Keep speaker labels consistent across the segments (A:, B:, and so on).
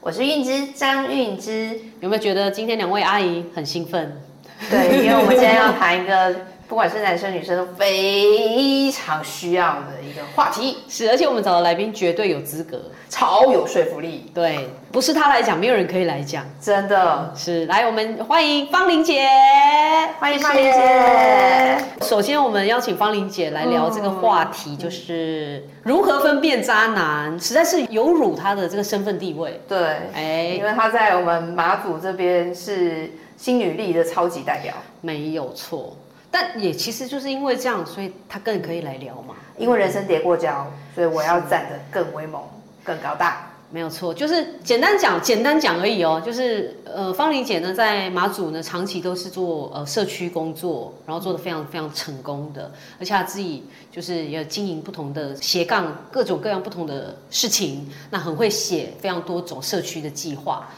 A: 我是韵之张韵 之。
B: 有没有觉得今天两位阿姨很兴奋？
A: 对，因为我们今天要谈一个，不管是男生女生都非常需要的一个话题，
B: 是，而且我们找的来宾绝对有资格，
A: 超有说服力，
B: 对，不是他来讲，没有人可以来讲。
A: 真的。
B: 是，来，我们欢迎芳玲姐。
A: 欢迎芳玲姐。
B: 首先，我们邀请芳玲姐来聊这个话题，就是如何分辨渣男，实在是有辱他的这个身份地位。
A: 对，
B: 哎
A: 因为她在我们马祖这边是新女力的超级代表，
B: 没有错，但也其实就是因为这样，所以他更可以来聊嘛。
A: 因为人生跌过跤，所以我要站得更威猛、更高大。
B: 没有错，就是简单讲，简单讲而已哦。就是呃，芳玲姐呢，在马祖呢，长期都是做呃社区工作，然后做的非常非常成功的，而且她自己就是也经营不同的斜杠，各种各样不同的事情，那很会写非常多种社区的计划。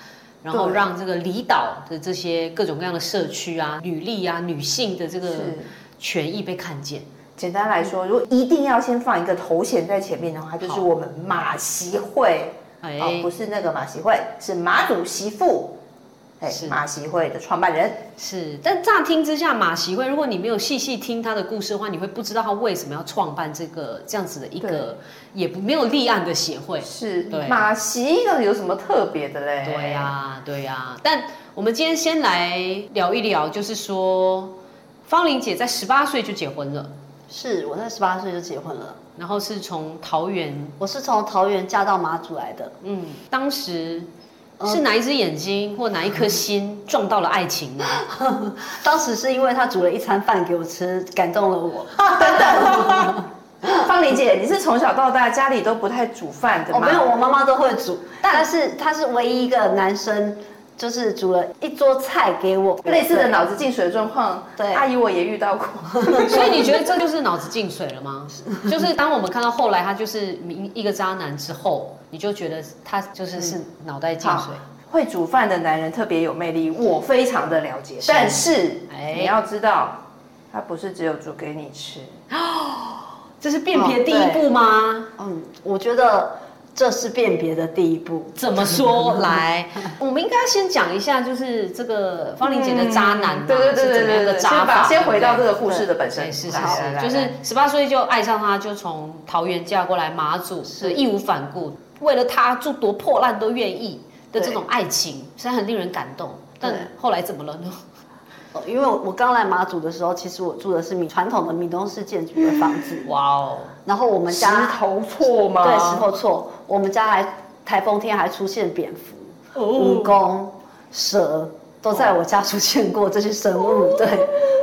B: 然后
A: 对
B: 让这个离岛的这些各种各样的社区啊、女力啊、女性的这个
A: 是，
B: 权益被看见。
A: 简单来说，如果一定要先放一个头衔在前面的话，它就是
B: 好
A: 我们马习会。
B: 哎，
A: 哦，不是那个马习会，是马主席父，哎
B: 是，
A: 马习会的创办人。
B: 是，但乍听之下，马习会，如果你没有细细听他的故事的话，你会不知道他为什么要创办这个这样子的一个也不没有立案的协会。
A: 是
B: 对
A: 马习到底有什么特别的嘞？
B: 对呀、、对呀、但我们今天先来聊一聊，就是说，芳玲姐在十八岁就结婚了，
C: 是我在十八岁就结婚了，
B: 然后是从桃园，
C: 我是从桃园嫁到马祖来的。
B: 嗯，当时是哪一只眼睛或哪一颗心撞到了爱情呢？
C: 当时是因为他煮了一餐饭给我吃，感动 了我。
A: 方玲姐，你是从小到大家里都不太煮饭的
C: 我
A: 吗？
C: 哦没有，我妈妈都会 煮，但是他是唯一一个男生，就是煮了一桌菜给我。
A: 类似的脑子进水的状况，
C: 对
A: 阿姨我也遇 到过。
B: 所以你觉得这就是脑子进水了吗？就是当我们看到后来他就是一个渣男之后，你就觉得他就是是脑袋进水。
A: 会煮饭的男人特别有魅力，我非常的了解。但是
B: 哎
A: 你要知道，他不是只有煮给你吃，
B: 这是辨别第一步吗？
C: 嗯，我觉得这是辨别的第一步。
B: 怎么说 来？我们应该先讲一下，就是这个芳玲姐的渣男嘛，
A: 对嗯对对
B: 是
A: 对
B: 怎么样
A: 对
B: 的
A: 对，
B: 渣
A: 先
B: 法？
A: 把先回到这
B: 对不对
A: 个故事的本身
B: 对，，是是
A: 来来来
B: 是，就
A: 来
B: 是十八岁就爱上他，就从桃园嫁过来马祖，是义无反顾，为了他住多破烂都愿意的这种爱情，实在很令人感动。但后来怎么 了呢？
C: 哦因为我我刚来马祖的时候，其实我住的是米传统的米东式建筑的房子，
B: 哇哦，
C: 然后我们
A: 石
C: 家
A: 啊头错吗？
C: 对，石头错。我们家还台风天还出现蝙蝠、蜈蚣、蛇，都在我家出现过这些生物。对，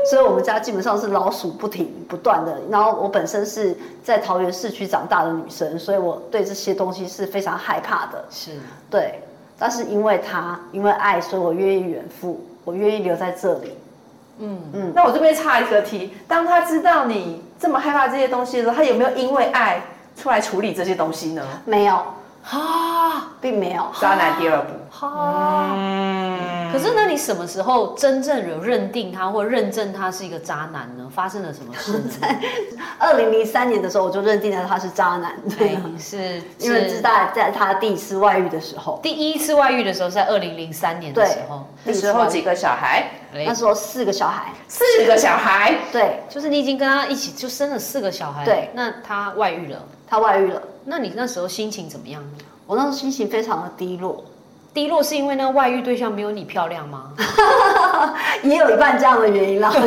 C: 所以我们家基本上是老鼠不停不断的。然后我本身是在桃园市区长大的女生，所以我对这些东西是非常害怕的。
B: 是
C: 对，但是因为他，因为爱，所以我愿意远赴，我愿意留在这里。嗯
A: 那我这边插一个题，当他知道你这么害怕这些东西的时候，他有没有因为爱出来处理这些东西呢？
C: 没有，
B: 啊，
C: 并没有。
A: 渣男第二步，嗯
B: 可是那你什么时候真正有认定他或认证他是一个渣男呢？发生了什么事 呢？
C: 二零零三年的时候，我就认定了他是渣男。对，啊
B: 哎是
C: 因为是
B: 是
C: 在在他第一次外遇的时候。
B: 第一次外遇的时候是在二零零三年的时候，
A: 那时候几个小孩，
B: 哎
C: 那时候四个小孩，
A: 四个小孩，
C: 对
B: 就是你已经跟他一起就生了四个小孩，
C: 对，
B: 那他外遇了，
C: 他外遇了，
B: 那你那时候心情怎么样呢？
C: 我那时候心情非常的低落，
B: 低落是因为那个外遇对象没有你漂亮 吗？
C: 也有一半这样的原因啦。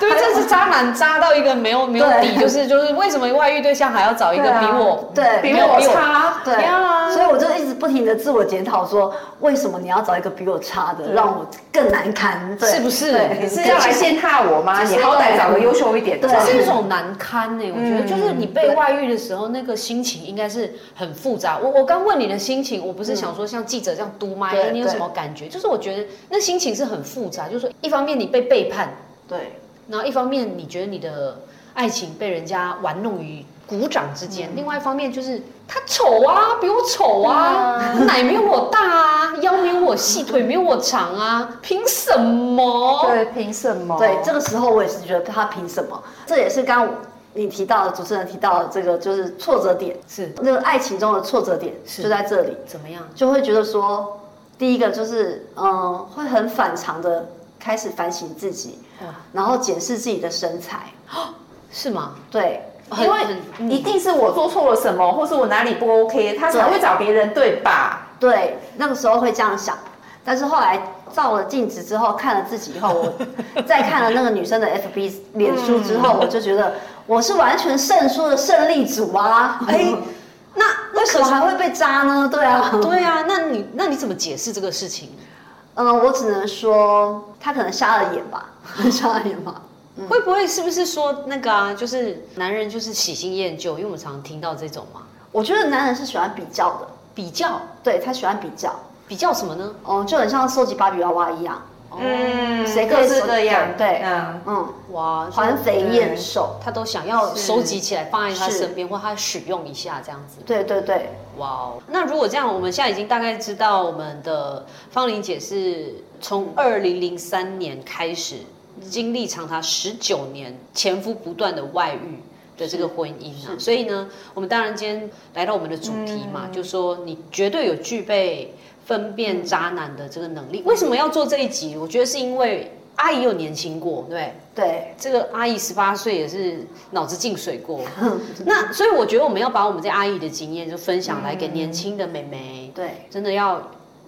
B: 对，这是渣男渣到一个没有没有
C: 对
B: 底，就是就是为什么外遇对象还要找一个
A: 对啊
B: 比我
C: 对
A: 比
B: 没有
A: 我
B: 比我
A: 差，
C: 对
A: 不要啊，
C: 所以我就一直不停的自我检讨，说为什么你要找一个比我差的，让我更难堪，对
B: 是不是
C: 对
A: 你是要来践踏我吗？
C: 就是
A: 你好歹找个优秀一点的
C: 对
A: 吧。
B: 这是一种难堪呢、我觉得
A: 嗯
B: 就是你被外遇的时候，那个心情应该是很复杂。我我刚问你的心情，我不是想说像记者这样嘟麦，
C: 对
B: 哎你有什么感觉？就是我觉得那心情是很复杂，就是说一方面你被背叛，
A: 对，
B: 然后一方面你觉得你的爱情被人家玩弄于鼓掌之
A: 嗯
B: 间，另外一方面就是他丑啊，比我丑啊，奶没有我大啊，腰没有我细，腿没有我长啊，凭什么？
A: 对，凭什么？
C: 哦对，这个时候我也是觉得他凭什么？这也是刚刚你提到的主持人提到的这个就是挫折点，
B: 是
C: 那个爱情中的挫折点
B: 是
C: 就在这里，
B: 怎么样？
C: 就会觉得说，第一个就是嗯，会很反常的开始反省自己
B: 哇，
C: 然后检视自己的身材，
B: 是吗？
C: 对，
B: 很
A: 因为
B: 很嗯
A: 一定是我做错了什么，或是我哪里不 OK，他才
C: 对
A: 会找别人，对吧？
C: 对，那个时候会这样想，但是后来照了镜子之后，看了自己以后， 我再看了那个女生的 FB 脸书之
B: 嗯
C: 后，我就觉得我是完全胜出的胜利组 啊！哎，那为什么 还会被渣呢？对啊，
B: 嗯对啊，那你那你怎么解释这个事情？
C: 嗯，我只能说他可能瞎了眼吧， 瞎了眼吧。
B: 会不会是不是说那个啊，就是男人就是喜新厌旧，因为我们常听到这种嘛，
C: 我觉得男人是喜欢比较的，
B: 比较
C: 对他喜欢比较，
B: 比较什么呢？
C: 哦、就很像收集芭比娃娃一样，
A: 嗯，
C: 哦谁可
A: 各
C: 以
A: 式各样，
C: 对
A: 嗯，
C: 嗯，
B: 哇，
C: 环肥
B: 对
C: 燕瘦，
B: 他都想要
A: 是
B: 收集起来放在他
C: 是
B: 身边，或他使用一下这样子。
C: 对对对，
B: 哇哦，那如果这样，我们现在已经大概知道我们的芳玲姐是从二零零三年开始经历长达十九年前夫不断的外遇。的这个婚姻啊，所以呢，我们当然今天来到我们的主题嘛，就说你绝对有具备分辨渣男的这个能力。为什么要做这一集？我觉得是因为阿姨有年轻过，对不对，
C: 对，
B: 这个阿姨十八岁也是脑子进水过， 那所以我觉得我们要把我们这阿姨的经验就分享来给年轻的妹妹，
C: 对，
B: 真的要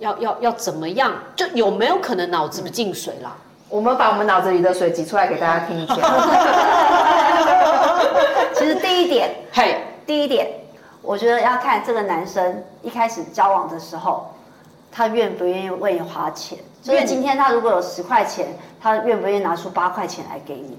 B: 要要要怎么样，就有没有可能脑子不进水啦？
A: 我们把我们脑子里的水挤出来给大家听 一下。
C: 其实第一点。
B: 嘿，
C: 第一点，我觉得要看这个男生一开始交往的时候，他愿不愿意为你花钱。就是
B: 愿意
C: 今天他如果有十块钱，他愿不愿意拿出八块钱来给你？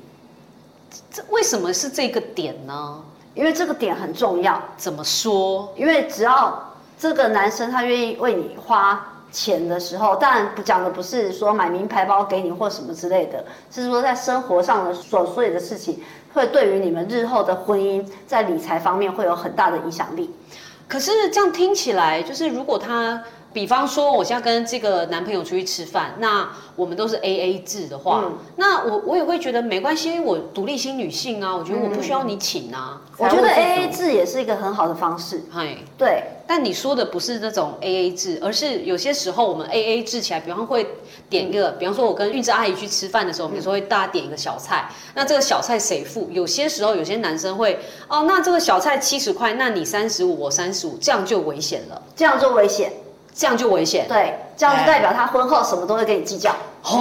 B: 这为什么是这个点呢？
C: 因为这个点很重要，
B: 怎么说？
C: 因为只要这个男生他愿意为你花钱的时候，当然不讲的不是说买名牌包给你或什么之类的，是说在生活上的琐碎的事情，会对于你们日后的婚姻在理财方面会有很大的影响力。
B: 可是这样听起来，就是如果他，比方说我现在跟这个男朋友出去吃饭，那我们都是 A A 制的话，那我我也会觉得没关系，因为我独立型女性啊，我觉得我不需要你请啊，
C: 我觉得
A: 财务自
C: A
A: 主
C: A 制也是一个很好的方式。
B: 嘿。
C: 对，
B: 但你说的不是那种 A A 制，而是有些时候我们 A A 制起来，比方会点一个，比方说我跟玉芝阿姨去吃饭的
C: 嗯
B: 时候，我们有时候会大家点一个小菜，那这个小菜谁付？有些时候有些男生会哦，那这个小菜七十块，那你三十五，我三十五，这样就危险了，
C: 这样就危险。
B: 这样就危险。
C: 对，这样就代表他婚后什么都会跟你计较。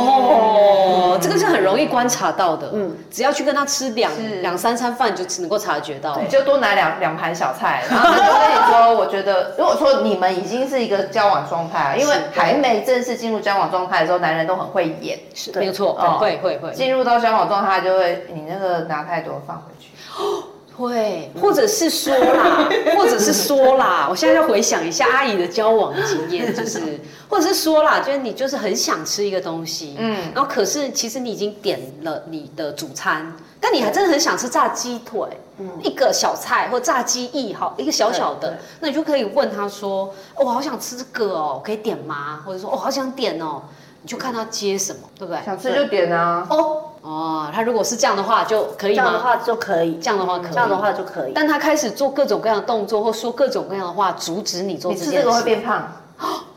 B: 哦，这个是很容易观察到的，嗯
C: 嗯，
B: 只要去跟他吃两
A: 是
B: 两三餐饭，就能够察觉到。
A: 你就多拿两两盘小菜，然后他就跟你说，我觉得如果说你们已经是一个交往状态，啊因为还没正式进入交往状态的时候，男人都很会演，
B: 是没有错，
A: 哦
B: 会会会。
A: 进入到交往状态就会哎你那个拿太多放回去。
B: 会，或者是说 啦，或者是说啦，我现在要回想一下阿姨的交往经验，就是， 或者是说啦，就是你就是很想吃一个东西，嗯
A: 嗯，
B: 然后可是其实你已经点了你的主餐，但你还真的很想吃炸鸡腿，
C: 嗯
B: 一个小菜或炸鸡翼，好一个小小
A: 对
B: 的
A: 对，
B: 那你就可以问他说，哦，我好想吃这个哦，可以点吗？或者说，哦，好想点哦，你就看他接什么，对不对？
A: 嗯想吃就点啊，
B: 哦哦，他如果是这样的话就可
C: 这
B: 以
C: 样的
B: 吗？
C: 话就可以，
B: 这样的话可以，
C: 这样的话就可以。
B: 但他开始做各种各样的动作，或说各种各样的话，阻止你做
A: 你
B: 这
A: 吃
B: 件
A: 这
B: 事。
A: 个会变胖。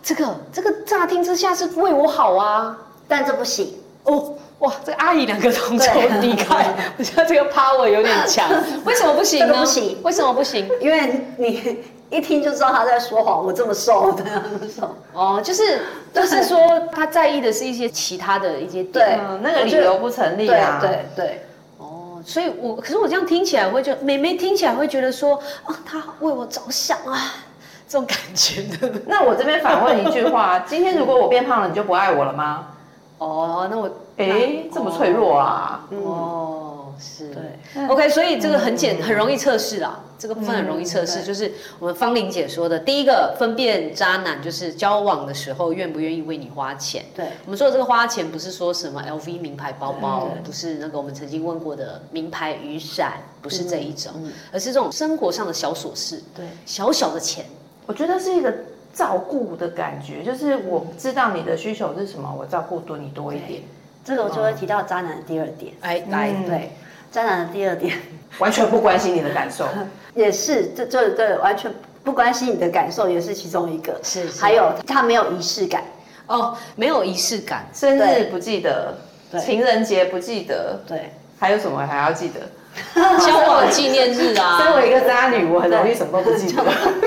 B: 这个这个乍听之下是为我好啊！
C: 但这不行。
B: 哦，哇，这个阿姨两个同仇
C: 对
B: 敌忾， 我觉得这个 power 有点强。 为什么不行
C: 这
B: 呢？
C: 个不行
B: 为什么不行？
C: 因为你 一听就知道他在说谎，我这么瘦，这样这么瘦，
B: 哦，就是就是说他在意的是一些其他的一些点。
C: 对
A: 嗯，那个理由不成立
C: 对
A: 啊。
C: 对对，
B: 哦，所以我可是我这样听起来会觉得，妹妹听起来会觉得说，啊，他为我着想啊，这种感觉的。
A: 那我这边反问一句 话：今天如果我变胖了，你就不爱我了吗？
B: 哦，那我
A: 诶，哎这么脆弱啊！
B: 哦，是
A: 对
B: OK，所以这个很简，很容易测试啦。这个部分很容易测试，
A: 嗯对
B: 就是我们芳玲姐说的，第一个分辨渣男，就是交往的时候愿不愿意为你花钱。
C: 对，
B: 我们说的这个花钱，不是说什么 LV 名牌包包
A: 对，
B: 不是那个我们曾经问过的名牌雨伞，不是这一种，
A: 嗯
B: 而是这种生活上的小琐事，
C: 对，
B: 小小的钱。
A: 我觉得是一个照顾的感觉，就是我知道你的需求是什么，我照顾多你多一点，
C: 这个我就会提到渣男的第二点。
B: 哎，
A: 嗯
C: 对，渣男的第二点
A: 完全不关心你的感 受。
C: 也是，这这对完全不关心你的感受，也是其中一个。
B: 是是
C: 还有他没有仪式感。
B: 哦，没有仪式感，
A: 生日
C: 对
A: 不记得，
C: 对
A: 情人节不记得，
C: 对，
A: 还有什么还要记得？
B: 交往纪念日
A: 身
B: 啊。
A: 为一个渣女，我很容易什么都不记 得。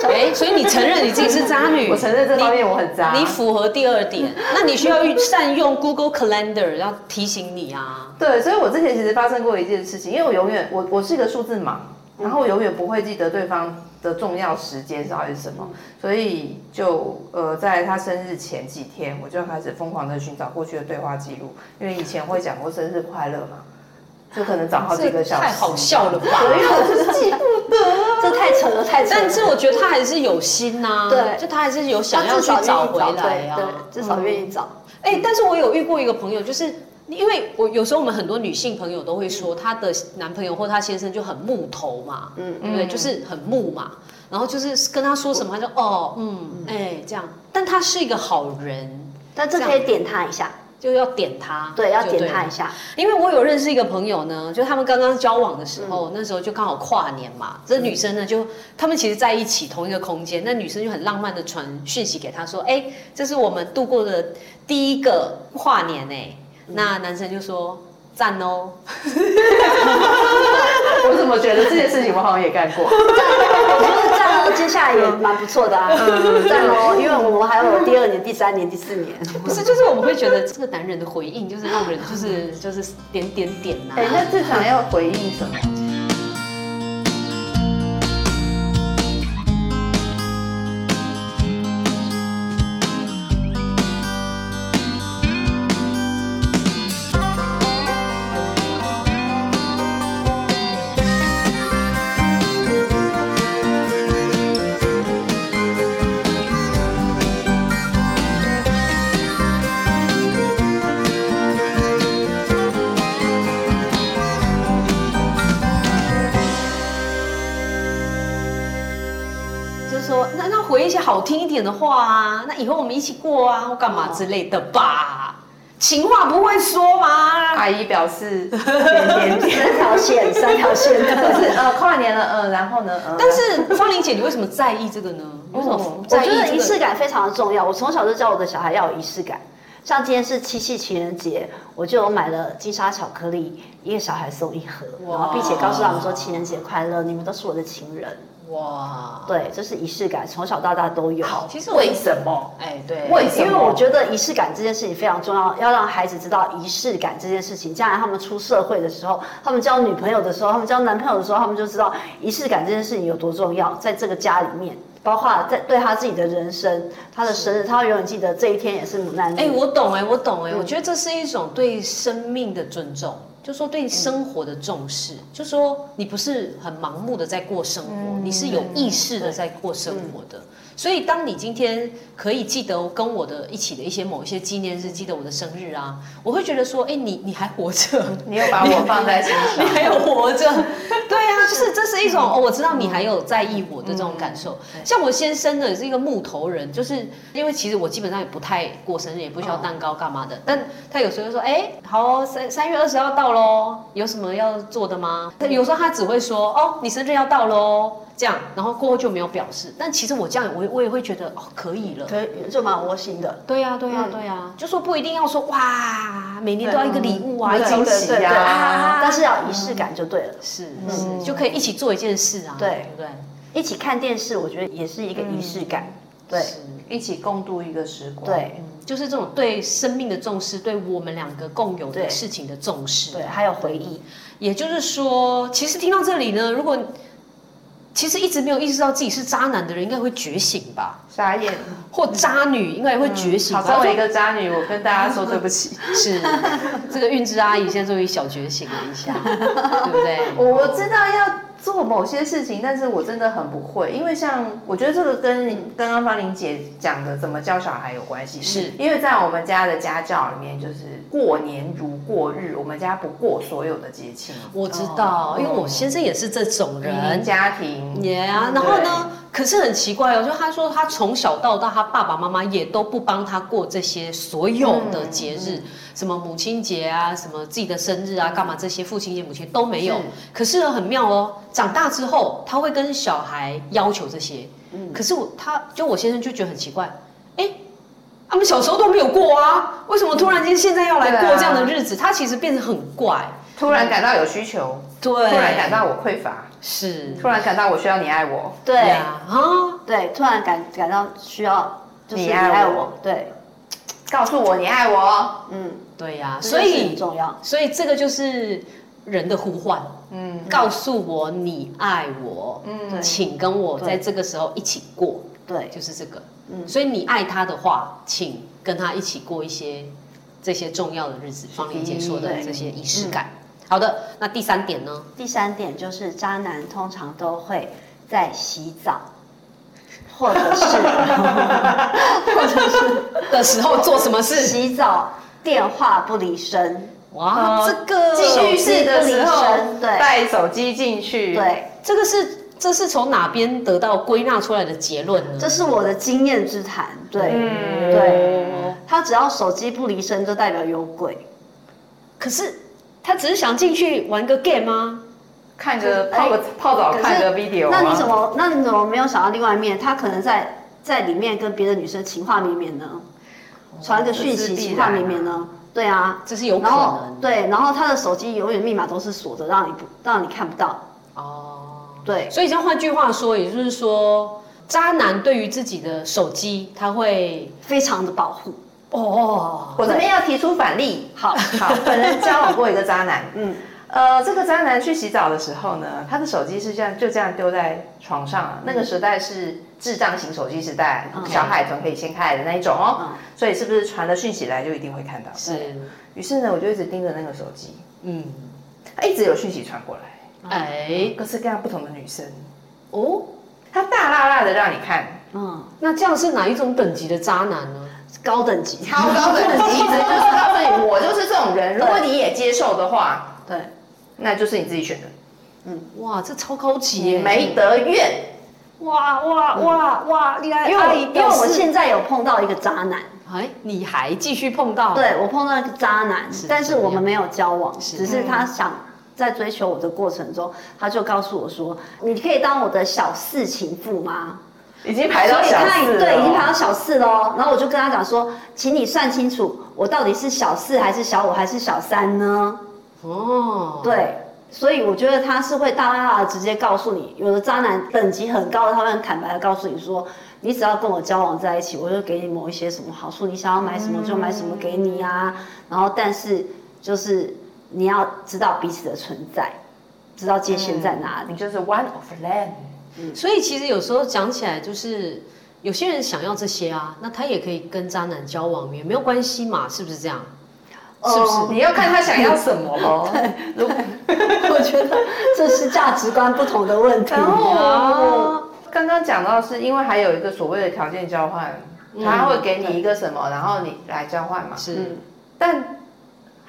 B: 哎，所以你承认你自己是渣女？
A: 我承认这方面我很渣。
B: 你符合第二 点，那你需要运善用 Google Calendar，要提醒你啊。
A: 对，所以我之前其实发生过一件事情，因为我永远我我是一个数字盲，然后我永远不会记得对方的重要时间到底是什么，所以就呃在他生日前几天，我就开始疯狂的寻找过去的对话记录，因为以前会讲过生日快乐嘛，就可能找好几个小时。
B: 太好笑了吧？
A: 对，因为我就是记不
C: 这太扯了，太扯了。
B: 但是我觉得他还是有心呐、
C: 对
B: 就他还是有想要去
C: 他至少
B: 找
C: 愿意
B: 回来啊
C: 对。对，至少愿意找。
B: 哎、但是我有遇过一个朋友，就是因为我有时候我们很多女性朋友都会说，她的男朋友或她先生就很木头嘛，嗯，对不对？就是很木嘛，然后就是跟她说什么，她就哦，嗯，哎、这样，但他是一个好人，
C: 但这可以点他一下，
B: 就要点他，
C: 对，要
B: 就
C: 点他
B: 了
C: 一下。
B: 因为我有认识一个朋友呢，就他们刚刚交往的时候，那时候就刚好跨年嘛，这女生呢就他们其实在一起同一个空间，那女生就很浪漫的传讯息给他说，哎、这是我们度过的第一个跨年哎、那男生就说赞哦，
A: 我怎么觉得这件事情我好像也干过？
C: 我觉得这样接下来也蛮不错的啊，
B: 嗯
C: 这样哦，因为我们还有第二年、第三年、第四 年。
B: 不是，就是我们会觉得这个男人的回应就是让人就是就是点点点啊呐、
A: 哎、那这场要回应什么？
B: 就是说那那回一些好听一点的话啊，那以后我们一起过啊，或干嘛之类的吧。情话不会说吗？
A: 阿姨表示点点点，
C: 三条线，三条线
A: 就是 呃跨年了，嗯、然后呢，嗯、
B: 但是芳玲姐，你为什么在意这个呢？你为什么
A: 哦
C: 我
B: 在意
C: 觉
B: 这
C: 得
B: 个？
C: 仪式感非常的重要，我从小就教我的小孩要有仪式感。像今天是七夕情人节，我就有买了金沙巧克力，一个小孩送一盒，然后并且告诉他们说情人节快乐，你们都是我的情人。
B: 哇，
C: 对，这是仪式感，从小到大都有。
B: 其实我
A: 为什么？
B: 哎对，
A: 为什么
C: 因为我觉得仪式感这件事情非常重要，要让孩子知道仪式感这件事情。将来他们出社会的时候，他们交女朋友的时候，他们交男朋友的时候，他们就知道仪式感这件事情有多重要，在这个家里面，包括在对他自己的人生，他的生日，他会永远记得这一天也是母难日。
B: 哎、我懂哎、我懂
A: 嗯
B: 哎、我觉得这是一种对生命的尊重，就说
A: 嗯
B: 对生活的重视，就说你不是很盲目的在过生活，你是
A: 嗯
B: 有意识的在过生活的。所以，当你今天可以记得跟我的一起的一些某一些纪念日，记得我的生日啊，我会觉得说，哎、你你还活着，
A: 你有把我放在心
B: 你
A: 上？
B: 还有活着， 对啊，就是这是一种哦，我知道你还有在意我的这种感受。像我先生呢，也是一个木头人，就是因为其实我基本上也不太过生日，也不需要蛋糕干嘛的，但他有时候就说，哎，好哦，三三月二十要到喽，有什么要做的吗？他有时候他只会说，哦，你生日要到喽。这样，然后过后就没有表示。但其实我这样，我也我也会觉得哦，可以了。
C: 可以就蛮窝心的。
B: 对呀、对呀、啊
C: 嗯
B: 对呀、就说不一定要说哇，每年都要一个礼物啊，
A: 嗯
B: 一个
A: 对
B: 惊
A: 对
B: 喜
A: 对
B: 啊
A: 对
B: 啊，
C: 但是要仪式感就对了。
B: 是
A: 嗯
B: 是，就可以一起做一件事啊，
C: 对
B: 不对？
C: 一起看电视，我觉得也是一个仪式感。
B: 嗯
C: 对
B: 是
A: 一起共度一个时光。
C: 对
B: 就是这种对生命的重视，对我们两个共有的
C: 对
B: 事情的重视。
C: 对，还有回忆。
B: 也就是说，其实听到这里呢，如果其实一直没有意识到自己是渣男的人，应该会觉醒吧？
A: 傻眼，
B: 或渣女应该也会觉醒
A: 嗯好，
B: 吧？
A: 身为一个渣女，我跟大家说对不起。
B: 是 这个韵之阿姨现在终于小觉醒了一下，对不对？哦
A: 我 我知道要做某些事情，但是我真的很不会，因为像我觉得这个跟你刚刚芳玲姐讲的怎么教小孩有关系，
B: 是
A: 因为在我们家的家教里面，就是过年如过日，我们家不过所有的节庆，哦
B: 我知道，因为我先生也是这种
A: 移民
B: 人。
A: 家庭，
B: 也啊，然后呢？可是很奇怪哦，就他说他从小到大，他爸爸妈妈也都不帮他过这些所有的节日，
C: 嗯
B: 什么母亲节啊，什么自己的生日啊，干嘛这些父亲节、母亲节都没有
A: 是。
B: 可是呢，很妙哦，长大之后他会跟小孩要求这些，
C: 嗯
B: 可是我他就我先生就觉得很奇怪，哎、他们小时候都没有过啊，为什么突然间现在要来
A: 对啊
B: 过这样的日
C: 嗯
B: 子？他其实变得很怪，
A: 突然感到有需求，
B: 对，
A: 突然感到我匮乏，
B: 是，
A: 突然感到我需要你爱我，
C: 对
B: 呀啊，
C: 对，突然感感到需要，就是
A: 你
C: 你
A: 爱
C: 爱
A: 我
C: 我，对，
A: 告诉我你爱我，
C: 嗯，
B: 对呀、
C: 这
B: 所
C: 件事很
B: 以
C: 重要。
B: 所以这个就是人的呼唤，
A: 嗯，
B: 告诉我你爱我，
A: 嗯
B: 请跟我
C: 对
B: 在这个时候一起过，
C: 对，
B: 就是这个，
C: 嗯
B: 所以你爱他的话，请跟他一起过一些这些重要的日子，方玲姐说的
C: 对
B: 这些仪式感。好的，那第三点呢？
C: 第三点就是渣男通常都会在洗澡，或者 是或者是
B: 的时候做什么 事？
C: 洗澡电话不离身，
B: 哇，这个
A: 进浴室的时候
C: 对
A: 带手机进去，，
C: 对，
B: 这个是这是从哪边得到归纳出来的结论呢？
C: 这是我的经验之谈，对、
A: 嗯
C: 对，他只要手机不离身就代表有鬼，
B: 可是他只是想进去玩个 game 啊，
A: 看个泡个
C: 哎
A: 泡澡
C: 可
A: 看
C: 是
A: 个 video，
C: 那你怎
A: 啊
C: 么那你怎么没有想到另外一面？他可能在在里面跟别的女生情话绵绵呢，传个
A: 这
C: 讯
A: 是
C: 息
A: 必
C: 情话
A: 然
C: 绵
A: 啊
C: 绵呢，对啊，
B: 这是有可
C: 然后
B: 能。
C: 对，然后他的手机永远密码都是锁着，让你不让你看不到。
B: 哦，
C: 对
B: 所以这样换句话说，也就是说，渣男对于自己的手机，他会
C: 非常的保护。
B: 哦，
A: 我这边要提出反例。
C: 好，
A: 好， 本人交往过一个渣男，
C: 嗯，
A: 呃，这个渣男去洗澡的时候呢，他的手机是这样就这样丢在床上啊。那个时代是智障型手机时代，
C: 嗯
A: 小海豚可以掀开来的那一种哦，
C: 嗯
A: 所以是不是传了讯息来就一定会看到？
B: 是，
A: 于是呢，我就一直盯着那个手机，
B: 嗯，
A: 他一直有讯息传过来，
B: 哎，
A: 各式各样不同的女生，
B: 哦，
A: 他大辣辣的让你看，
C: 嗯，
B: 那这样是哪一种等级的渣男呢？
C: 高等级。
A: 超高 等级，一直就 是告诉你，我就是这种人。如果你也接受的话，
C: 对，
A: 那就是你自己选的，
B: 哇，这超高级
A: 你
B: 耶！
A: 没得怨。
B: 哇哇哇哇，厉害！
C: 因为
B: 阿
C: 我
B: 姨
C: 因为
B: 表
C: 我
B: 示
C: 现在有碰到一个渣男，
B: 哎，你还继续碰到，
C: 对我碰到一个渣男，但哦是我们没有交往，
B: 是
C: 只是
A: 嗯
C: 他想。在追求我的过程中，他就告诉我说：“你可以当我的小四情妇吗？”
A: 已经排到
C: 所以
A: 小
C: 他
A: 四了，
C: 对，已经排到小四喽。然后我就跟他讲说：“请你算清楚，我到底是小四还是小五还是小三呢？”
B: 哦，
C: 对，所以我觉得他是会大大大的直接告诉你，有的渣男等级很高的，他会很坦白的告诉你说，你只要跟我交往在一起，我就给你某一些什么好处，你想要买什么就买什么给你啊。
B: 嗯
C: 然后但是就是你要知道彼此的存在，知道界限在哪
B: 嗯
C: 里。
A: 你就是 one of them。
B: 所以其实有时候讲起来，就是有些人想要这些啊，那他也可以跟渣男交往，也没有关系嘛，是不是这样？是不是？
A: 你要看他想要什么哦咯。如果
C: 我觉得这是价值观不同的问题。
A: 然
B: 啊
A: 后 刚刚讲到是因为还有一个所谓的条件交换，他会给你一个什么，然后你来交换嘛。
B: 是，
C: 嗯
A: 但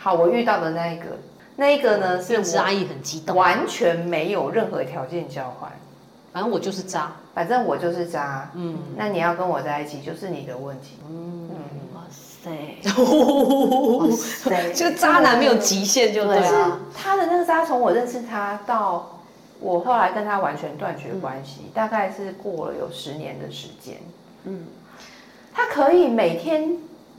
A: 好，我遇到的那一个，那一个呢是
B: 是是阿
A: 我
B: 姨很激动，
A: 完全没有任何条件交换，
B: 反正我就是渣，
A: 反正我就是渣。
B: 嗯，
A: 那你要跟我在一起就是你的问题。嗯
C: 哇塞，哇
B: 就
C: 塞，
B: 是渣男没有极限就对
C: 对
B: 了。
C: 啊
A: 是他的那个渣，从我认识他到我后来跟他完全断绝关系，
B: 嗯
A: 大概是过了有十年的时间。
C: 嗯，
A: 他可以每天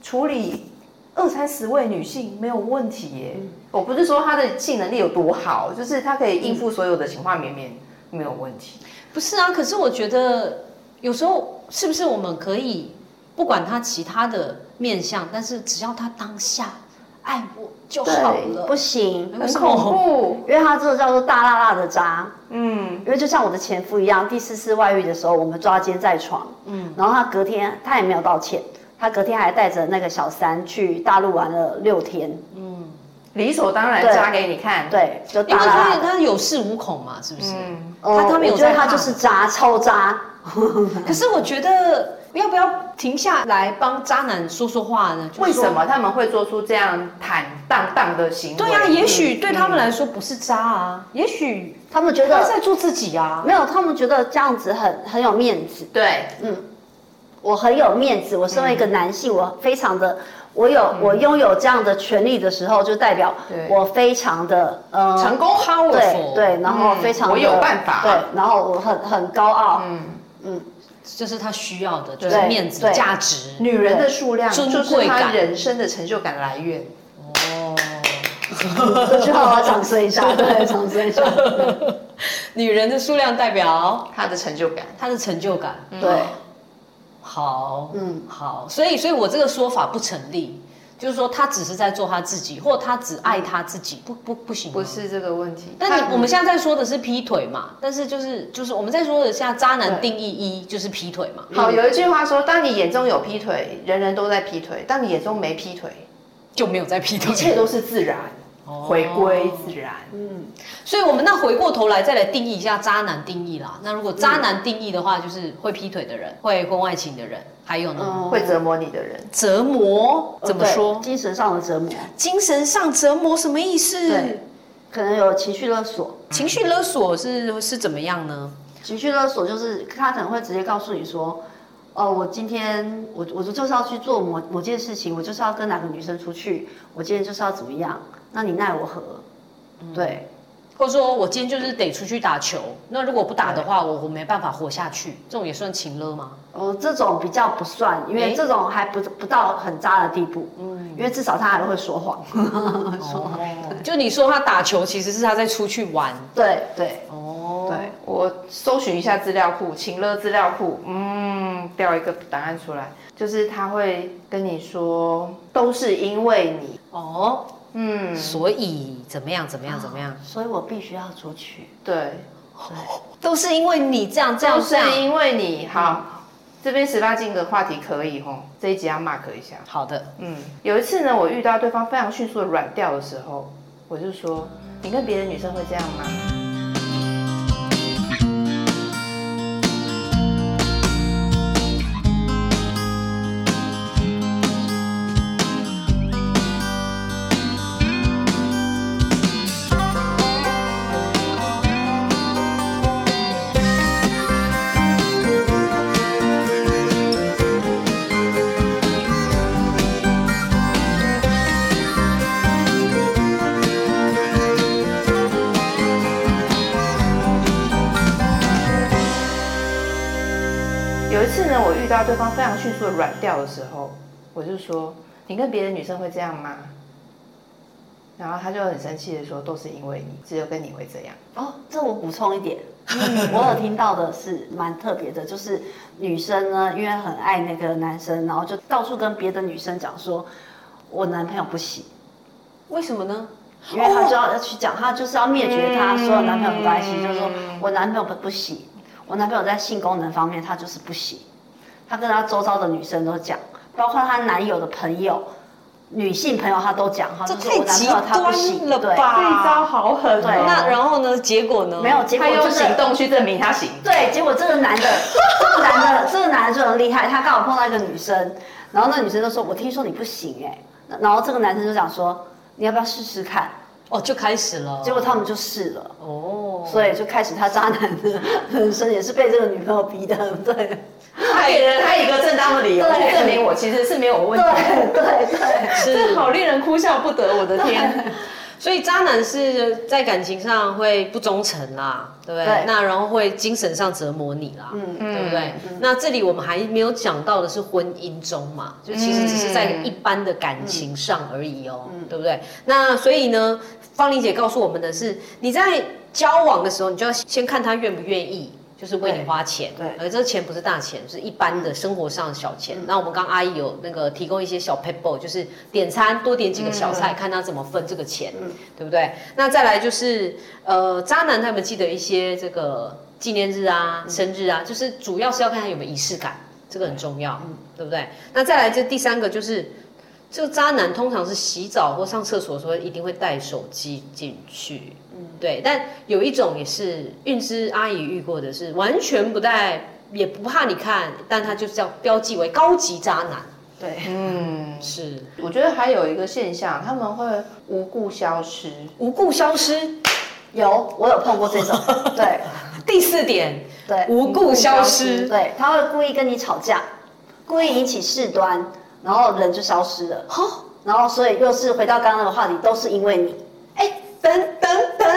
A: 处理二三十位女性没有问题耶。
B: 嗯
A: 我不是说他的性能力有多好，就是他可以应付所有的情话绵
B: 嗯
A: 绵没有问题。
B: 不是啊，可是我觉得有时候是不是我们可以不管他其他的面相，但是只要他当下爱我就好
C: 对，
B: 了。
C: 不行，
B: 为
A: 很
B: 什么
A: 恐怖。
C: 因为它这个叫做大辣辣的渣。
A: 嗯，
C: 因为就像我的前夫一样，第四次外遇的时候，我们抓奸在床，嗯，然后他隔天他也没有道歉，他隔天还带着那个小三去大陆玩了六天，
A: 理所当然
C: 对
A: 扎给你看。，
C: 对，就
B: 因
C: 大
B: 为
C: 辣
B: 他
C: 辣的。
B: 他有恃无恐嘛，是不是？
A: 嗯，
B: 他他没有
C: 我觉得
B: 在
C: 他
B: 怕
C: 就是渣，超渣。
B: 可是我觉得要不要停下来帮渣男说说话呢？就说
A: 为什？么他们会做出这样坦荡荡的行为？
B: 对啊，也许对他们
A: 嗯
B: 来说不是渣啊，也许
C: 他们嗯觉
B: 他
C: 得
B: 在做自己啊。
C: 没有，他们觉得这样子很很有面子。嗯
A: 对，
C: 我很有面子，我身为一个男性，我非常的，我有
B: 嗯
C: 我拥有这样的权利的时候，就代表
A: 对
C: 我非常的呃
A: 成功
B: powerful，
C: 对对，然后
A: 嗯
C: 非常的、
A: 我有办法
C: 对，然后我很很高 傲，
B: 这是他需要的，就是
C: 对
B: 面子、
C: 对
B: 价值。
A: 女人的数量
B: 尊
A: 就
B: 贵
A: 是她
B: 感
A: 人生的成就感来源。
B: 哦，
C: 这句话我要掌声一下，对，掌 声一下，
B: 女人的数量代表
A: 她的成就感，
B: 她的成就感。
A: 嗯
C: 对，
B: 好，嗯
C: 嗯，
B: 好，所以，所以我这个说法不成立，就是说他只是在做他自己，或他只爱他自己，不不不行吗哦
A: 不。是这个问题。
B: 但
A: 她
B: 你我们现在在说的是劈腿嘛？但是就是就是我们在说的现在渣男定义一就是劈腿嘛？
A: 嗯好，有一句话说，当你眼中有劈腿，人人都在劈腿；当你眼中没劈腿，
B: 就没有在劈
A: 一切
B: 腿。
A: 都是自然，
B: 哦
A: 回归自然。
B: 所以我们那回过头来再来定义一下渣男定义啦。那如果渣男定义的话，就是会劈腿的人，会婚外情的人，还有呢、
C: 嗯，呃
A: 会折磨你的人，
B: 折磨
A: 哦
B: 怎么
C: 对
B: 说？
C: 精神上的折磨，
B: 精神上折磨什么意思
C: 对？可能有情绪勒索，
B: 情绪勒索是是怎么样呢？
C: 情绪勒索就是他可能会直接告诉你说，哦，我今天我我就是要去做某某件事情，我就是要跟哪个女生出去，我今天就是要怎么样，那你奈我何？
A: 嗯
C: 对，
B: 或者说我今天就是得出去打球，那如果不打的话，我我没办法活下去，这种也算情勒吗？
C: 哦，这种比较不算，因
B: 诶
C: 为这种还不不到很渣的地步，
A: 嗯
C: 因为至少他还会说谎，说谎，
B: 就你说他打球，其实是他在出去玩。
C: 对对
B: 哦，
C: 对，
A: 我搜寻一下资料库，情乐资料库，嗯，调一个答案出来，就是他会跟你说，都是因为你，
B: 哦，
A: 嗯，啊
B: 所以怎么样怎么样怎么样，
C: 所以我必须要出去。
A: 对，
B: 都是因为你这样这
A: 都
B: 样
A: 是
B: 这样。
A: 因为你。好，这边十八禁的话题可以吼，这一集要 mark 一下。
B: 好的，
A: 嗯，有一次呢，我遇到对方非常迅速的软掉的时候，我就说：“你跟别的女生会这样吗？”有一次呢，我遇到对方非常迅速的软掉的时候，我就说：“你跟别的女生会这样吗？”然后他就很生气的说：“都是因为你，只有跟你会这样。
C: 哦，这我补充一 点，我有听到的是蛮特别的，就是女生呢，因为很爱那个男生，然后就到处跟别的女生讲说，我男朋友不行，
B: 为什么呢？
C: 因为她就要要去讲，她就是要灭绝她所有男朋友的关系，就是说我男朋友不不行，我男朋友在性功能方面他就是不行，她跟她周遭的女生都讲，包括她男友的朋友。女性朋友她都讲，她
B: 这
C: 就说
B: 太
C: 我男
B: 极
C: 朋友他不
B: 端
C: 行，
B: 了
C: 对，
B: 吧？
A: 好狠
C: 对
B: 那然后呢？结果呢？
C: 没有，结果
A: 他用
C: 就是
A: 行动去证明他行。
C: 对，结果这个男的，这个男的，这个男的就很厉害，他刚好碰到一个女生，然后那女生就说：“我听说你不行哎、那然后这个男生就讲说：“你要不要试试看
B: 哦，就开始了。？”
C: 结果他们就试了，
B: 哦，
C: 所以就开始他渣男的人生，也是被这个女朋友逼的，对，对
A: 他给了他一个正当的理由
C: 对
A: 去证明我其实是没有问题的。
C: 对对，
A: 这
B: 是
A: 好令人哭笑不得，我的天！
B: 所以渣男是在感情上会不忠诚啦，对不对？
C: 对
B: 那然后会精神上折磨你啦，嗯，对不对？那这里我们还没有讲到的是婚姻中嘛，就其实只是在一般的感情上而已哦，对不对？那所以呢，方玲姐告诉我们的是，你在交往的时候，你就要先看他愿不愿意。就是为你花钱，
C: 对对
B: 而这钱不是大钱，是一般的生活上的小钱。那我们刚阿姨有那个提供一些小 paper，就是点餐多点几个小菜，看他怎么分这个钱，对不对？那再来就是呃，渣男他们记得一些这个纪念日啊、生日啊，就是主要是要看他有没有仪式感，这个很重要，对嗯不对？那再来这第三个就是。这个渣男通常是洗澡或上厕所的时候一定会带手机进去，对，但有一种也是运之阿姨遇过的是完全不带，也不怕你看，但他就是要标记为高级渣男，
C: 对，
A: 嗯，
B: 是
A: 我觉得还有一个现象，他们会无故消失。
B: 无故消失。
C: 有我有碰过这种，对
B: 第四点，
C: 对，
B: 无故消失，
C: 对，他会故意跟你吵架，故意引起事端，然后人就消失了。然后所以又是回到刚刚那个话题，都是因为你。
B: 哎，等等等，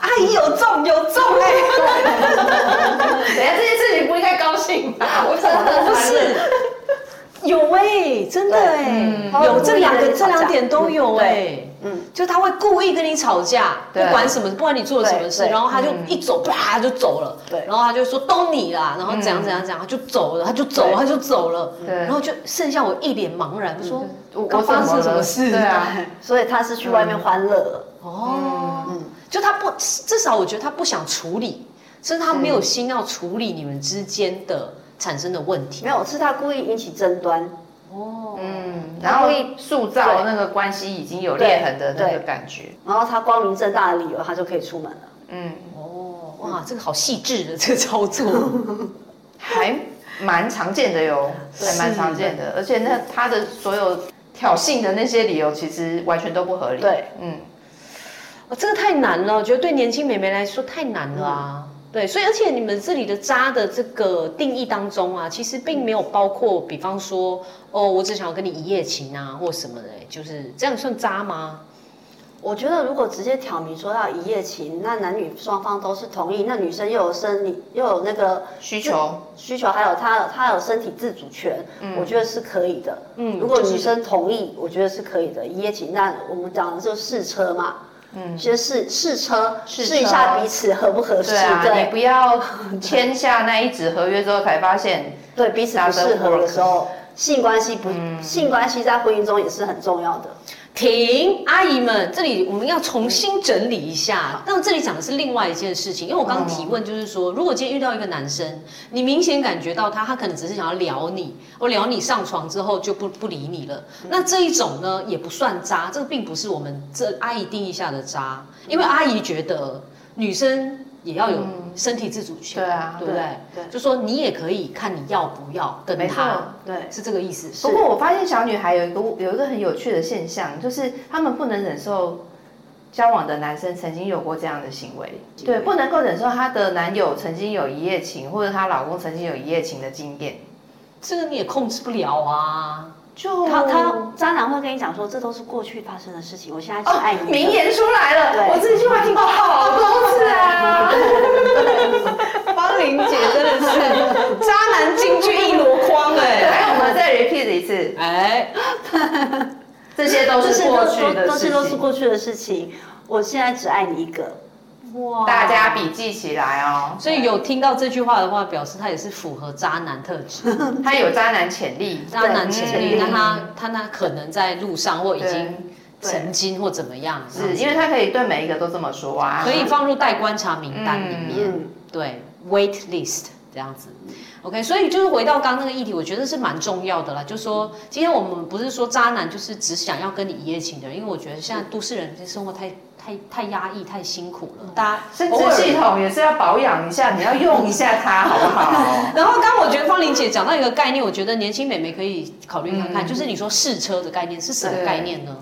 B: 阿姨有中有中哎、
A: 等一下这件事情不应该高兴吧？我怎么
B: 不是，有哎、真的哎、有这两个
C: 嗯
B: 这两点都有哎、
C: 嗯，
B: 就他会故意跟你吵架，不
A: 对
B: 管什么，不管你做了什么事，
C: 对对
B: 然后他就一走，啪就走了，
C: 对
B: 然后他就说都你啦，然后怎样怎样怎样，他就走了，他就走了，他就走了，
A: 对
B: 然后就剩下我一脸茫嗯然，我说
A: 我
B: 刚发生了什么事？
A: 对
B: 哎
A: 啊，
C: 所以他是去外面欢乐了。嗯
B: 哦，就他不，至少我觉得他不想处理，甚至他没有心要处理你们之间的产生的问题
C: 没。有，是他故意引起争端。
B: 哦，
A: 嗯，然后塑造那个关系已经有裂痕的那个感觉。
C: 然后他光明正大的理由，他就可以出门了。
A: 嗯，
B: 哦，哇，这个好细致的这个操作。
A: 还蛮常见的哟，还蛮常见的。而且那他的所有挑衅的那些理由，其实完全都不合理。
C: 对，
A: 嗯，
B: 哦，这个太难了，我觉得对年轻美眉来说太难了啊。对，所以而且你们这里的渣的这个定义当中啊，其实并没有包括，比方说，哦，我只想要跟你一夜情啊，或什么的，就是这样算渣吗？
C: 我觉得如果直接挑明说要一夜情，那男女双方都是同意，那女生又有生理又有那个
A: 需求，嗯
C: 需求，还有她她有身体自主权，我觉得是可以的。嗯，如果女生同意，我觉得是可以的。一夜情，那我们讲的就是试车嘛，嗯，先试试车，
A: 试
C: 试
A: 车
C: 一下彼此合不合适，
A: 对啊，你不
C: 对
A: 要签下那一纸合约之后才发现，
C: 对彼此不适合的时候，性关系不
A: 嗯
C: 性关系在婚姻中也是很重要的。
A: 嗯
B: 停，阿姨们，这里我们要重新整理一下。但这里讲的是另外一件事情，因为我刚
A: 哦
B: 刚提问就是说，如果今天遇到一个男生，你明显感觉到他，他可能只是想要撩你，我撩你上床之后就不不理你了，
A: 嗯
B: 那这一种呢也不算渣，这个并不是我们这阿姨定义下的渣，
A: 嗯
B: 因为阿姨觉得女生也要有身体自主权，
A: 对啊
B: 对不对？
C: 对对
B: 就说你也可以看你要不要跟
A: 没错
B: 他，
C: 对
B: 是这个意思。
A: 不过我发现小女孩有一个有一个很有趣的现象，就是她们不能忍受交往的男生曾经有过这样的行为，对，不能够忍受她的男友曾经有一夜情，或者她老公曾经有一夜情的经验。
B: 这个你也控制不了啊。
A: 就
C: 他他渣男会跟你讲说，这都是过去发生的事情，我现在只爱
A: 哦
C: 你。，
A: 名言出来了，
C: 对
A: 我这句话听过好多次 啊。
B: 方玲姐真的是渣男进去一箩筐
A: 对，
B: 哎、
A: 来我们再 repeat 一次，
B: 哎，
A: 这些都
C: 这
A: 是
C: 些
A: 过
C: 都
A: 去的
C: 都都
A: 事
C: 是都是
A: 情，
C: 过去的事情，我现在只爱你一个。
B: 哇
A: 大家。笔记起来哦。
B: 所以有听到这句话的话，表示他也是符合渣男特 质，
A: 他有渣男潜力，
B: 渣男潜力。
A: 嗯
B: 那他他那可能在路上或已经
C: 对
B: 曾经或怎么样，
A: 是因为他可以对每一个都这么说啊。
B: 可以放入待观察名单里面，
C: 嗯，
B: 对 wait list 这样子。OK，所以就是回到刚刚那个议题，我觉得是蛮重要的啦。就说今天我们不是说渣男就是只想要跟你一夜情的人，因为我觉得现在都市人的生活太太太压抑、太辛苦了，大家
A: 生
B: 偶
A: 殖
B: 尔
A: 系统也是要保养一下，你要用一下它，好不好？
B: 然后，刚刚我觉得方玲姐讲到一个概念，我觉得年轻美眉可以考虑看看，就是你说试车的概念是什么概念呢？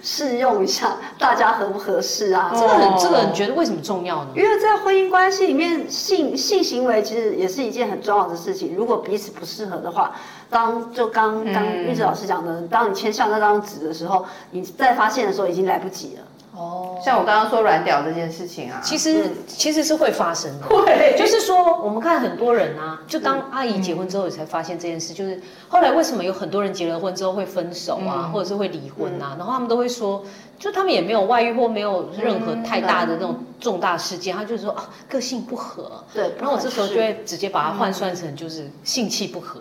C: 试用一下，大家合不合适啊？
B: 这个很
A: 哦
B: 这个你觉得为什么重要呢？
C: 因为在婚姻关系里面，性性行为其实也是一件很重要的事情。如果彼此不适合的话，当就
A: 嗯
C: 刚刚玉子老师讲的，当你签下那张纸的时候，你再发现的时候已经来不及了。哦，
A: 像我刚刚说软屌这件事情啊，
B: 其实、其实是嗯会发生的。
A: 对
B: 就是说，我们看很多人啊，就当阿姨结婚之后，你才发现这件事。就是后来为什么有很多人结了婚之后会分手啊，
A: 嗯
B: 或者是会离婚啊？然后他们都会说，就他们也没有外遇或没有任何太大的那种重大事件，他就说啊，个性不合。
C: 对。
B: 然后我这时候就会直接把它换
A: 嗯
B: 算成就是性气不合。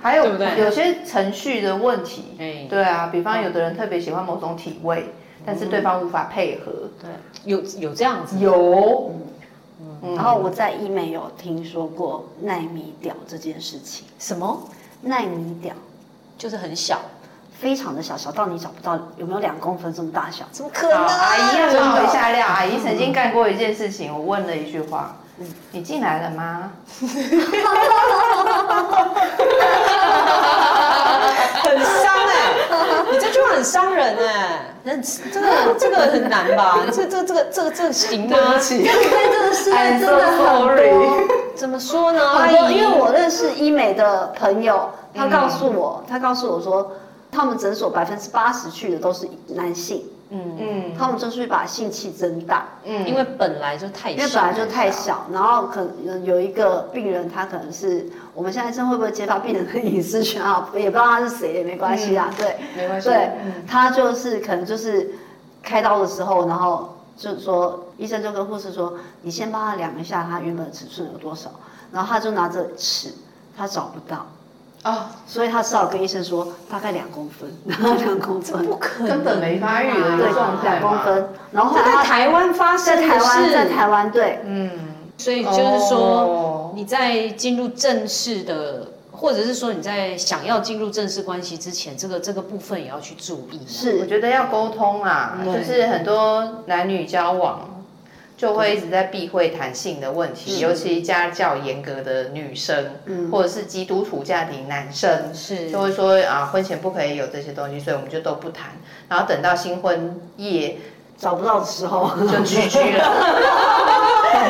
A: 还有
B: 对不对
A: 有些程序的问题，
B: 哎
A: 对啊，比方有的人特别喜欢某种体位，但是对方无法配合，
B: 对，有有这样子。
A: 有，嗯
C: 然后我在医美有听说过奈米屌这件事情，
B: 什么？
C: 奈米屌
B: 就是很小，
C: 非常的小，小到你找不到有没有两公分这么大小。
B: 怎么可
A: 好阿姨要帮我
B: 一
A: 一
B: 下。
A: 下料，阿姨曾经干过一件事情，我问了一句话。你进来了吗？
B: 很伤哎、你这句话很伤人哎、很这个这个很难吧？这这这个这个这个行吗？
C: 对，这个 是
A: 哎 I'm
C: 真
A: so
C: 的很
A: sorry
C: 多。
B: 怎么说呢？
C: 很
B: 阿
C: 多，
B: 姨
C: 因为我认识医美的朋友，他告诉我，他告诉我说，他们诊所百分之八十去的都是男性，
A: 嗯
C: 他们就是把性器增大，
A: 嗯
B: 因为本来就太小，
C: 因为本来就太小，然后可能有一个病人，他可能是我们现在这会不会揭发病人的隐私权啊？也不知道他是谁，也没关系啊，对，
A: 没关系
C: 对
A: 嗯，
C: 他就是可能就是开刀的时候，然后就说医生就跟护士说，你先帮他量一下他原本的尺寸有多少，然后他就拿着尺，他找不到，
A: 哦，
C: 所以他只好跟医生说大概两公分，然后两公分，
B: 不可能，
A: 根本没发育的一个
C: 对
A: 状，态
C: 两
A: 嘛
C: 公分，然后
B: 这在
C: 他
B: 台湾发生
C: 在
B: 的
C: 台湾
B: 事
C: 在台湾对。
A: 嗯，
B: 所以就是说，
A: 哦
B: 你在进入正式的，或者是说你在想要进入正式关系之前，这个这个部分也要去注意。
C: 是
A: 我，觉得要沟通啦，
B: 对
A: 就是很多男女交往就会一直在避讳谈性的问
B: 嗯
A: 题，尤其家教严格的女生，或者是基督徒家庭男生，
B: 是
A: 就会说啊，婚前不可以有这些东西，所以我们就都不谈，然后等到新婚夜
C: 找不到的时候，
A: 就居居 了。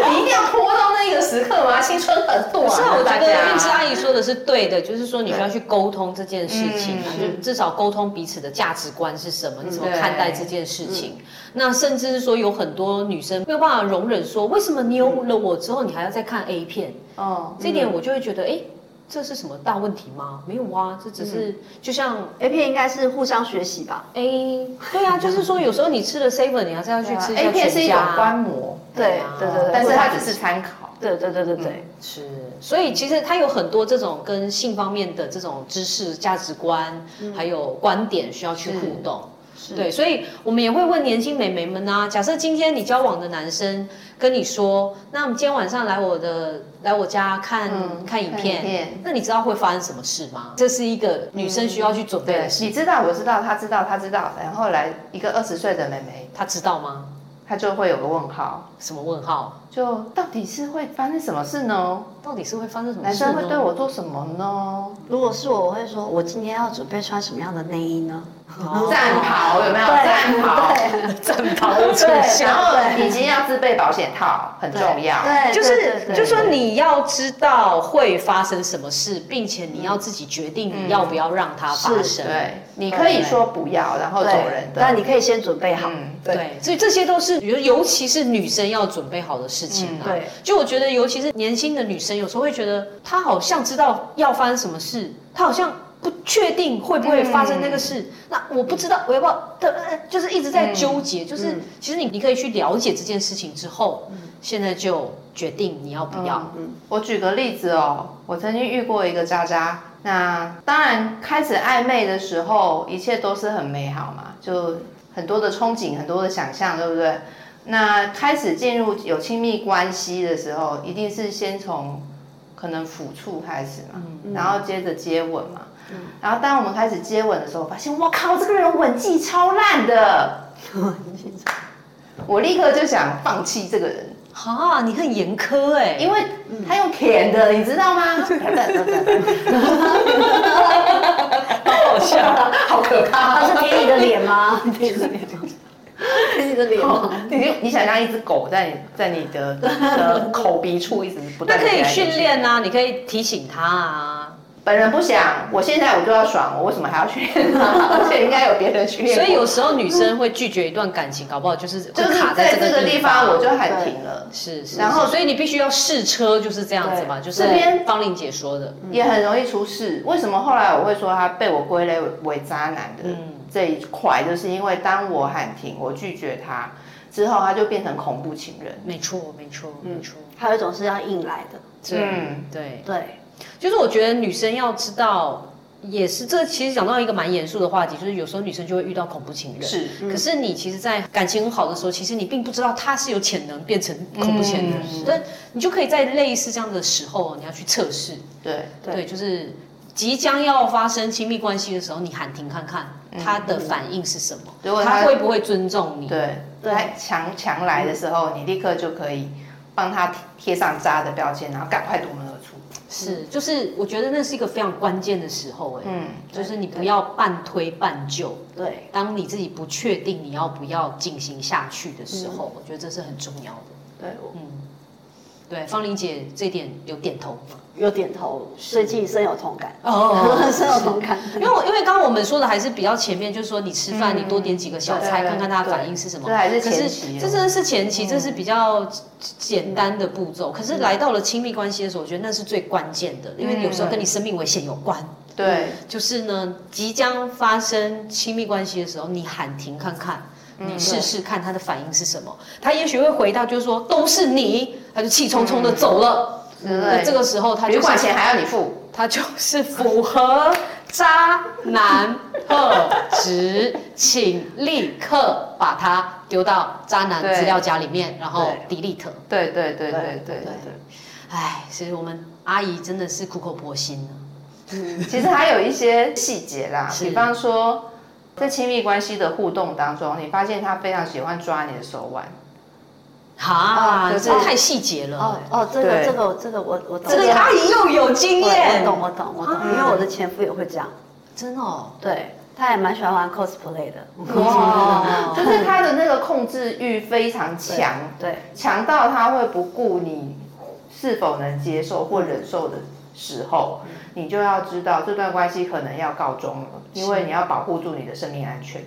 A: 你一定要拖到那个时刻吗？青春很短啊，
B: 不是啊，我觉
A: 大
B: 得
A: 家
B: 运气阿姨说的是对的，就是说你需要去沟通这件事情啊，
A: 嗯
B: 就至少沟通彼此的价值观是什么，你怎么
A: 对
B: 看待这件事情。那甚至是说有很多女生没有办法容忍说，为什么你有了我之后，你还要再看 A 片？
A: 哦，
B: 这
C: 嗯
B: 点我就会觉得，哎，这是什么大问题吗？没有啊，这只
A: 嗯
B: 是就像
C: A 片应该是互相学习吧？
B: A，对啊，就是说有时候你吃了 seven，你还是要去吃一下
A: A 哎片是
B: 全
A: 一
B: 家
A: 种
B: 啊。
A: 观摩，
C: 对
B: 啊
C: 对对对，
A: 但是
C: 或者
A: 它只是参考。
C: 对对对对对，
B: 是，所以其实它有很多这种跟性方面的这种知识、价值观，
A: 嗯
B: 还有观点需要去互动。
C: 是
B: 对，所以我们也会问年轻美眉们啊，假设今天你交往的男生跟你说，那我们今天晚上来我的来我家看、
A: 嗯
B: 看影片，
A: 看影片嗯
B: 那你知道会发生什么事吗？这是一个女生需要去准备
A: 对
B: 的，事，
A: 你知道，我知道，他知道，他知道，然后来一个二十岁的妹妹，
B: 她知道吗？
A: 她就会有个问号，
B: 什么问号？
A: 就到底是会发生什么事呢？
B: 到底是会发生什么
A: 男
B: 事
A: 生会对
B: 呢？
A: 我做什么呢？
C: 如果是我，我会说，我今天要准备穿什么样的内衣呢？
B: 哦
A: 战袍有没有？战袍，
C: 对
B: 战袍的出
C: 对
B: 现
A: 然后以及要自备保险套，很
C: 对
A: 重要。
C: 对，
B: 就
C: 对
B: 是
C: 对
B: 就
C: 对
B: 说你要知道会发生什么事，并且你要自己决定你要不要让它发
C: 嗯是
B: 生。
A: 对，你可以说不要，然后走人的。
C: 但你可以先准备好。
A: 嗯
C: 对
B: 对，所以这些都是，尤尤其是女生要准备好的事情啊。
A: 嗯
C: 对，
B: 就我觉得，尤其是年轻的女生，有时候会觉得她好像知道要发生什么事，她好像不确定会不会发生那个
C: 嗯
B: 事。那我不知道我要不要，对呃就是一直在纠
C: 嗯
B: 结。就是、其实你你可以去了解这件事情之后，现在就决定你要不要。
C: 嗯
A: 我举个例子哦，我曾经遇过一个渣渣。那当然，开始暧昧的时候，一切都是很美好嘛，就很多的憧憬，很多的想象，对不对？那开始进入有亲密关系的时候，一定是先从可能抚触开始嘛，然后接着接吻嘛。然后当我们开始接吻的时候，发现我靠，这个人吻技超烂的，我立刻就想放弃这个人。
B: 哈，你很严苛哎、
A: 因为他用舔的，你知道 吗？
B: 好笑。
A: 好可
C: 他
A: 怕！
C: 是舔你的脸吗？舔你的脸吗？舔你的脸吗？
A: 你就你想象一只狗在你在你的 的口鼻处一直不
B: 那
A: 断地
B: 可
A: 舔
B: 以
A: 来舔
B: 训
A: 去，
B: 练啊，你可以提醒她啊。
A: 本人不想，我现在我就要爽，我为什么还要训练它？ 而且应该有别人训练
B: 所
A: 过。嗯
B: 以有时候女生会拒绝一段感情，搞不好就是
A: 就
B: 会
A: 是
B: 卡
A: 在
B: 这
A: 这个地
B: 地
A: 方，我就喊停了。
B: 是是，
A: 然后
B: 是所以你必须要试车，就是这样子嘛，
A: 对
B: 就是
A: 这边嗯
B: 方玲姐说的，
A: 也很容易出事。为什么后来我会说他被我归类为渣男的
B: 嗯
A: 这一块，就是因为当我喊停，我拒绝他之后，他就变成恐怖情人。
B: 没错没错没错，
C: 还有一种是要硬来的，
B: 对
A: 嗯
B: 对，
C: 对，
B: 就是我觉得女生要知道，也是这其实讲到一个蛮严肃的话题，就是有时候女生就会遇到恐怖情人，
A: 是，嗯
B: 可是你其实，在感情很好的时候，其实你并不知道他是有潜能变成恐怖潜能，
A: 嗯
B: 所以你就可以在类似这样的时候，你要去测试，
A: 对，
C: 对
B: 对，就是即将要发生亲密关系的时候，你喊停看看他的反应是什么，
A: 如果
B: 他
A: 他
B: 会不会尊重你？
A: 对，
C: 对
A: 他强强来的时候，你立刻就可以帮他贴贴上渣的标签，然后赶快夺门而出。
B: 是，就是我觉得那是一个非常关键的时候、哎、
A: 嗯，
B: 就是你不要半推半就。
C: 对，
B: 当你自己不确定你要不要进行下去的时候，我觉得这是很重要的。
C: 对，我
B: 嗯，对，方玲姐这点有点头吗？
C: 有点头，所以自己深有同感，
B: 哦
C: 深有同感，
B: 因为我因为刚刚我们说的还是比较前面，就是说你吃饭你多点几个小菜，
A: 嗯对
B: 看看他的反应是什么
A: 这。还是
B: 可
A: 前
B: 是
A: 期哦，嗯
B: 这真的是前期，这是比较简单的步骤。可是来到了亲密关系的时候，我觉得那是最关键的，因为有时
A: 嗯
B: 候跟你生命危险有关。
A: 对，
B: 就是呢，即将发生亲密关系的时候，你喊停看看，
A: 嗯
B: 你试试看他的反应是什么。他也许会回到就是说都是你，他就气冲冲
A: 嗯
B: 的走了。
A: 之
B: 那
A: 类
B: 这个时候他
A: 旅
B: 就
A: 馆
B: 是
A: 钱还要你付，
B: 他就是符合渣男特质，请立刻把他丢到渣男资料夹里面，然后 delete。
A: 对对对对对
C: 对
A: 对。
B: 哎，其实我们阿姨真的是苦口婆心啊。
A: 其实还有一些细节啦，
B: 是
A: 比方说，在亲密关系的互动当中，你发现他非常喜欢抓你的手腕，
B: 哈，
A: 可是
B: 这太细节了。
C: 哦哦，这个
A: 对
C: 这个这个我我懂
B: 这个阿姨又有经
C: 对
B: 验，
C: 我懂我懂我懂，因为我的前夫也会这样，
B: 真的哦，
C: 对他也蛮喜欢玩 cosplay 的，
B: 哇
A: 就是他的那个控制欲非常强，
C: 对
A: 强到他会不顾你是否能接受或忍受的时候，你就要知道这段关系可能要告终了，因为你要保护住你的生命安全。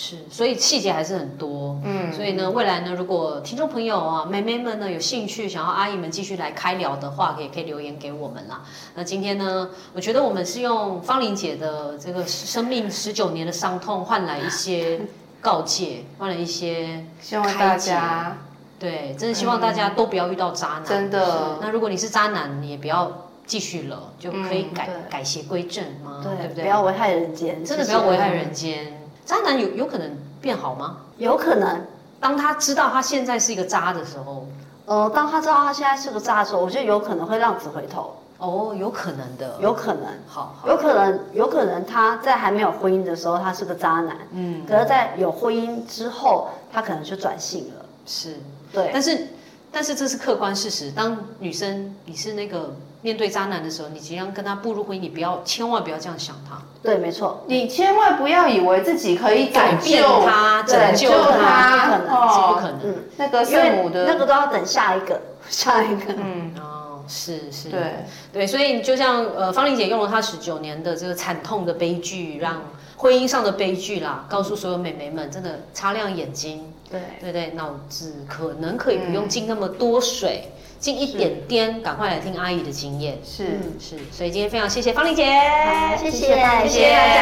B: 是，所以细节还是很多，嗯，所以呢，未来呢，如果听众朋友啊，妹妹们呢有兴趣想要阿姨们继续来开聊的话，也可以留言给我们啦。那今天呢，我觉得我们是用芳玲姐的这个生命十九年的伤痛，换来一些告诫，换来一些
A: 希望大
B: 开解
A: 家
B: 对，真的希望大家都不要遇到渣男，
A: 真的
B: 那如果你是渣男，你也不要继续了，就可以
A: 嗯
B: 改、
C: 对
B: 改邪归正嘛，嗯对
C: 对，
B: 不对？
C: 不要危害人间，
B: 真的不
C: 谢谢
B: 要危害，人间。渣男有有可能变好吗？
C: 有可能。
B: 当他知道他现在是一个渣的时候，
C: 呃，当他知道他现在是个渣的时候，我觉得有可能会浪子回头，
B: 哦，有可能的，
C: 有可能，
B: 好好
C: 有可能，有可能他在还没有婚姻的时候，他是个渣男，嗯，可是在有婚姻之后，他可能就转性了，
B: 是，
C: 对，
B: 但是但是这是客观事实。当女生你是那个面对渣男的时候，你即将跟他步入婚姻，你不要千万不要这样想他，
C: 对，没错，
A: 你千万不要以为自己可以
B: 改变
A: 拯救
B: 他，
C: 对
B: 拯救
C: 拯救
B: 他，
C: 他
B: 是不
A: 哦
B: 可能。
C: 嗯，
A: 那个
C: 因
A: 圣
C: 为
A: 母的
C: 那个都要等下一个，下一个，
A: 嗯，
B: 哦，是是，
A: 对，
B: 对，所以就像呃，方玲姐用了她十九年的这个惨痛的悲剧，让婚姻上的悲剧啦，告诉所有美眉们，真的擦亮眼睛，
C: 对，
B: 对对，脑子可能可以不用进那么多水，进一点点，赶快来听阿姨的经验。
A: 是。
B: 是，所以今天非常谢谢方玲姐，
C: 好谢谢，
A: 谢谢大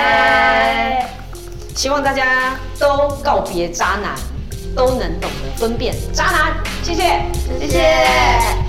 A: 家。
B: 希望大家都告别渣男，都能懂得分辨渣男。谢谢。
C: 谢谢。